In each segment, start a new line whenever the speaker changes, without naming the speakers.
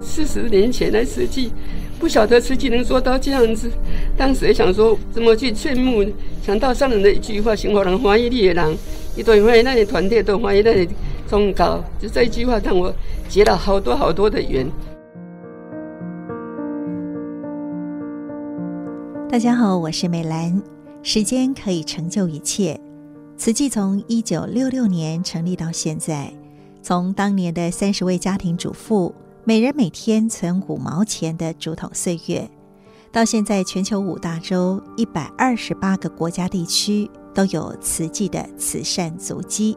四十年前来慈济，不晓得慈济能做到这样子。当时也想说怎么去劝募，想到上人的一句话：“幸好人欢喜你的人，一对欢喜那些团队，都欢喜那些宗教。”就这一句话让我结了好多好多的缘。
大家好，我是美兰。时间可以成就一切。慈济从一九六六年成立到现在，从当年的三十位家庭主妇，每人每天存五毛钱的竹筒岁月，到现在全球五大洲一百二十八个国家地区都有慈济的慈善足迹，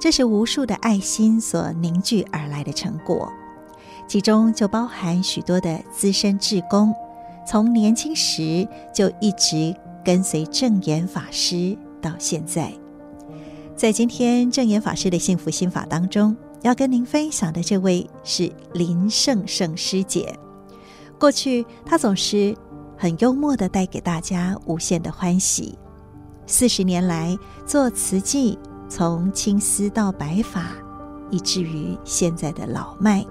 这是无数的爱心所凝聚而来的成果，其中就包含许多的资深志工，从年轻时就一直跟随正言法师到现在。在今天正言法师的幸福心法当中，要跟您分享的这位是林胜胜师姐。过去她总是很幽默的带给大家无限的欢喜。四十年来做慈济，从青丝到白发，以至于现在的老迈，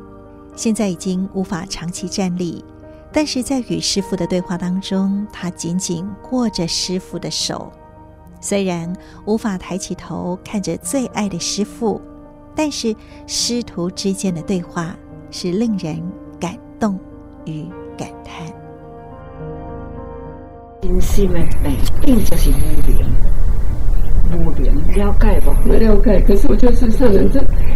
现在已经无法长期站立，但是在与师傅的对话当中，她紧紧握着师傅的手。虽然无法抬起头看着最爱的师父，但是师徒之间的对话是令人感动与感叹。
人心的病，病就是无明，无明了解无？
我了解，可是我就是上人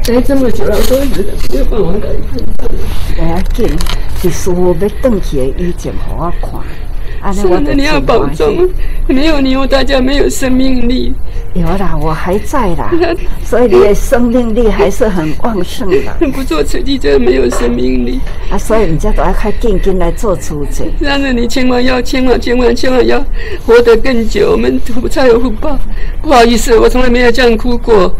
这待这么久了，我都一直没有办法来看上人。
不要紧，是师傅要转去的以前，互我看。安尼
上
我
人
就
你要
真
保
欢喜
重，没有你，我大家没有生命力。
有啦，我还在啦，所以你的生命力还是很旺盛 的
不做慈济真的没有生命力。
啊！所以人家都要较紧紧来做出者。
让人你千万要千万千万千万要活得更久，我们才有福报。不好意思，我从来没有这样哭过。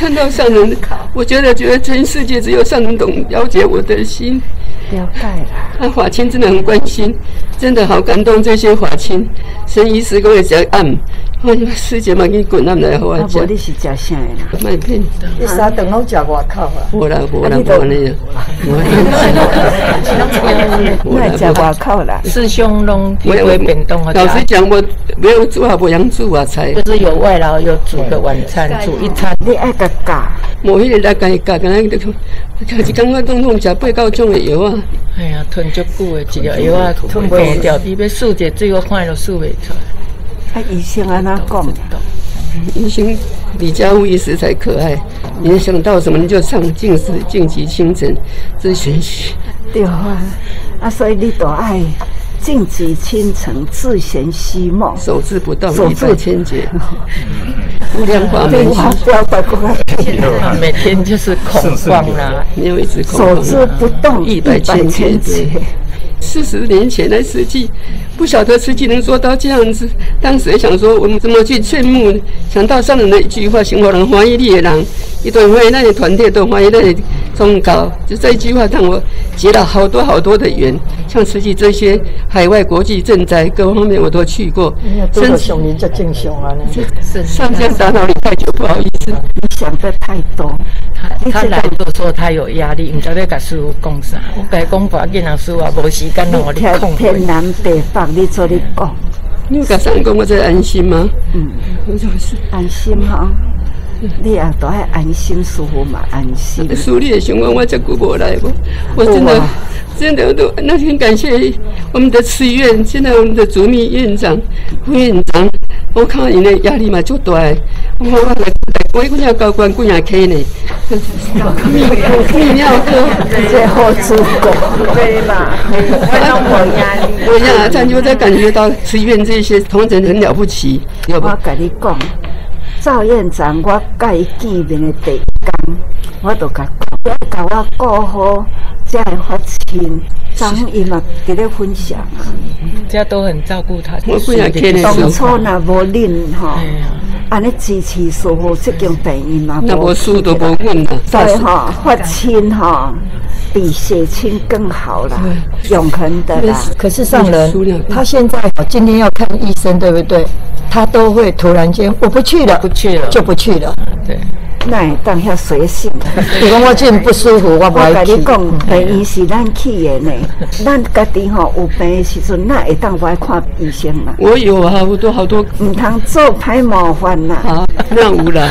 看到上人，我觉得觉得全世界只有上人懂了解我的心。
了解啦，
那法亲真的很关心，真的好感动这些法亲。神医师跟我讲暗，我说师姐嘛，你滚暗来和我
啊，无
讲，
你是食啥的啦？
麦片，
你三顿好食外口啊？
我啦我啦
啊你都
我那样，我啦
你
我啦
爱食外口啦？
师兄拢去买便当啊，
老实讲，我没有做啊，不想做啊，才
就是有外劳有煮个晚餐，煮一餐。
你爱个教，啊
无迄个来家己教，敢若就是感觉拢拢食八九种的药啊。
哎呀，吞足久的一粒药啊，吞袂掉，你要输者最后看都输袂出来。
啊，医生安怎讲
知？道
医生李家务医师才可爱，你想到什么你就上净时净极清晨这学习。
对啊，啊，所以你都爱静极清诚，自贤息梦。
守志不动，
守
一
志
拜千劫。无量法
对
门，
我表达过来，
现在他每天就是恐慌啦，
没有一直空
守
空。
之不动，
一
一
百
百
千
千
劫
劫。
四十年前来慈济，不晓得慈济能做到这样子。当时也想说，我们怎么去劝募呢？想到上人的一句话：“幸好人欢喜你的人，一对欢喜那些团队，都欢喜那些宗教。”就这一句话让我结了好多好多的缘。像慈济这些海外国际赈灾各方面，我都去过。甚至
人家正常啊，是
上天打扰你太久，不好意思。
你想的太多，
他他来就说他有压力，唔知要甲师傅讲啥。我甲伊讲话，囡仔师傅啊，无时间让我你
天
空
天
回。
南北北，你做你讲，
你有跟上公，我这安心吗？嗯，我就是。
安心哈、你也都爱安心，舒服嘛，安心。
苏丽的询问我这顾不来过，我真的
哇
真的都那天感谢我们的慈院，现在我们的主秘院长、副院长，我看你的压力嘛就大的，我我来我姑娘高官姑娘开呢，泌泌尿科，
最后出国，对吧？我压力
我呀，这样就在感觉到慈院这些同仁很了不起，要不
我跟你讲，赵院长，我甲伊见面的第一天，我都甲讲，要甲我顾好，才会发亲。昨昏伊嘛伫咧分享，
人家都很照顾他。
我不想听你
当
说
初若无恁吼
哎，呀
安尼支持师傅这间病院嘛，
那无输都无稳了，
对吼，发亲吼，比血清更好啦，永恒的啦。
可是上
输了
人，他现在
哦
今天要看医生，对不对？他都会突然间，我不去了，
不去了
就 不去了。
对，
那会当遐随性。
你讲我最近不舒服，我不
我
爱
甲
去
你。讲，嗯啊病院是咱去的呢，咱家己吼有病的时阵，那会当我看医生啦，
我有啊，我都好多
唔通做歹麻烦啦。
啊，那无了。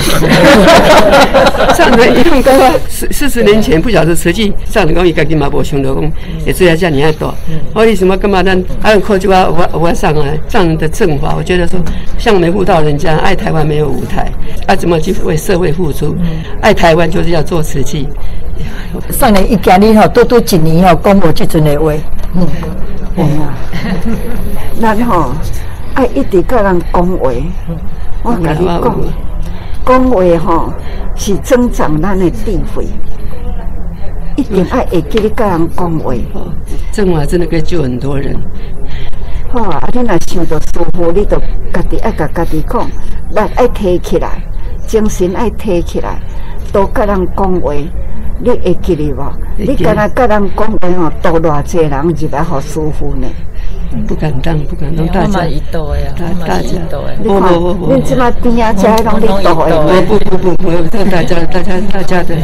上台一样高啊，四四十年前不晓得实际上人讲伊家己嘛无想到讲，也是要像你遐大。我为什么干嘛呢？还有靠就我我我上来这样的政法，我觉得说像没护到人家，爱台湾没有舞台，啊怎么去为社会付出？爱台湾就是要做实际。
上人一家你吼，多多一年吼，讲无即阵的话，
哎呀，咱吼爱一直甲人讲话，我甲你讲，讲话吼是增长咱的智慧，一定爱会记咧甲人讲话。
哦政法真的可以救很多人。
好啊，啊你若想到舒服，你就家己爱甲家己讲，力爱提起来，精神爱提起来，多甲人讲话，你会记哩无？你
记
敢若甲人讲话吼，多偌济人入来好舒服呢？
不敢当，不敢当，大
我
家
嘛，一道的啊，
大
我嘛
大
是
家
一道的，
你
不
看
不不，不
恁即马边啊，遮拢咧倒
拢
的
咧。
不不不不，不大家大家大家的
有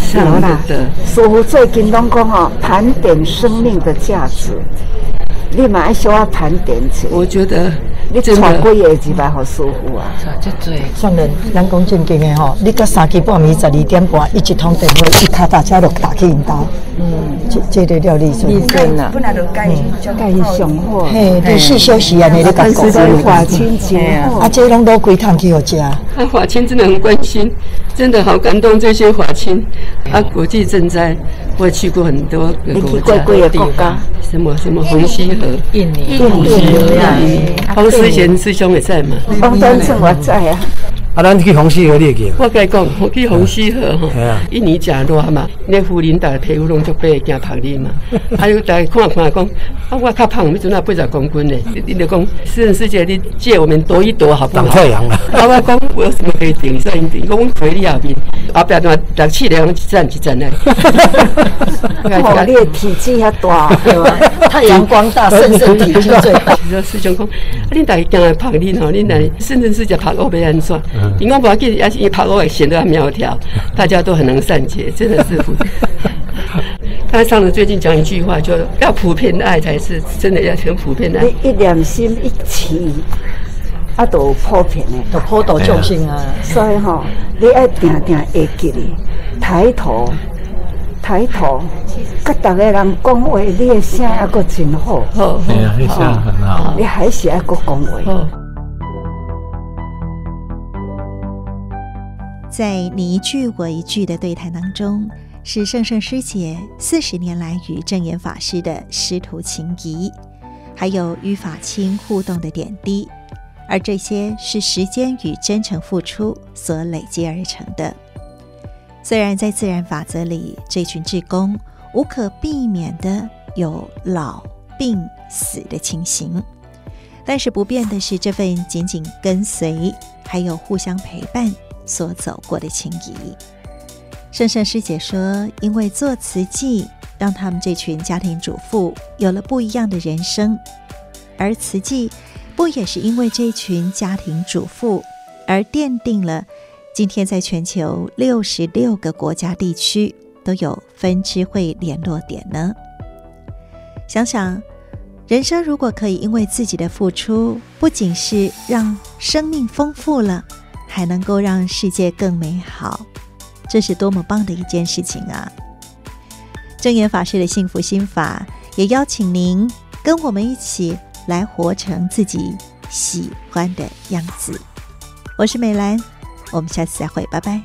上
啦
的。，
师傅最近拢讲哦，盘点生命的价值，你嘛爱小我盘点起。
我觉得
你
真
喘
的
几个几百好舒服啊！
啊，足多。
上人，咱讲正经的吼，你到三更半暝十二点半，一直通电话，一卡大车落打去因兜，嗯，这这个了你做。
真啊，
介伊上好，
嘿，你四小啊时安尼你甲
实在
讲，
华清真好。
啊，这拢都规趟去互食。
啊，华清真的很关心，真的好感动这些华清。啊，国际赈灾，我也去过很多个
你
国
去
家
过几个国家？
什么什么红溪河，
印尼，
啊
黄思贤师兄也在嘛。
王端正我在啊，
啊，咱去红溪河你会记无？
我甲你讲，我去红溪河吼
嘿啊，
印尼真热嘛，那妇人大皮肤拢足白，惊晒日嘛。啊，有大家看看讲，啊，我较胖，你阵啊八十公斤呢？你你就讲，师仁师姐，你借我们躲一躲好不
挡
好？
太阳啊！
啊，我讲我有什么可以顶上一顶？讲我腿里后面，后壁段六七个人一站一站的。
哦，你的体积遐大，
太阳光大，身身体积最大。
说师兄讲，啊，恁大家今日拍恁吼，恁来深圳是只拍欧袂安怎？你讲不要紧，而且一拍欧显得很苗条，大家都很能善解，真的是服。他上了最近讲一句话，就要普遍的爱才是真的，要很普遍的爱。
你一良心一起，啊，都有普遍的。
就普度众生啊！
所以吼、你爱定定会记哩，抬头，抬头，甲逐个人讲话，你的声还阁真好，
哦，
哎呀，那下很好。
你还是还阁讲话。
哦，
在你一句我一句的对谈当中，是圣圣师姐四十年来与正言法师的师徒情谊，还有与法亲互动的点滴，而这些是时间与真诚付出所累积而成的。虽然在自然法则里，这群志工无可避免的有老、病、死的情形，但是不变的是这份紧紧跟随，还有互相陪伴所走过的情谊。圣圣师姐说，因为做慈济，让他们这群家庭主妇有了不一样的人生，而慈济不也是因为这群家庭主妇而奠定了今天在全球六十六个国家地区都有分支会联络点呢？想想人生如果可以因为自己的付出，不仅是让生命丰富了，还能够让世界更美好，这是多么棒的一件事情啊！正言法师的幸福心法也邀请您跟我们一起来活成自己喜欢的样子。我是美兰，我们下次再会，拜拜。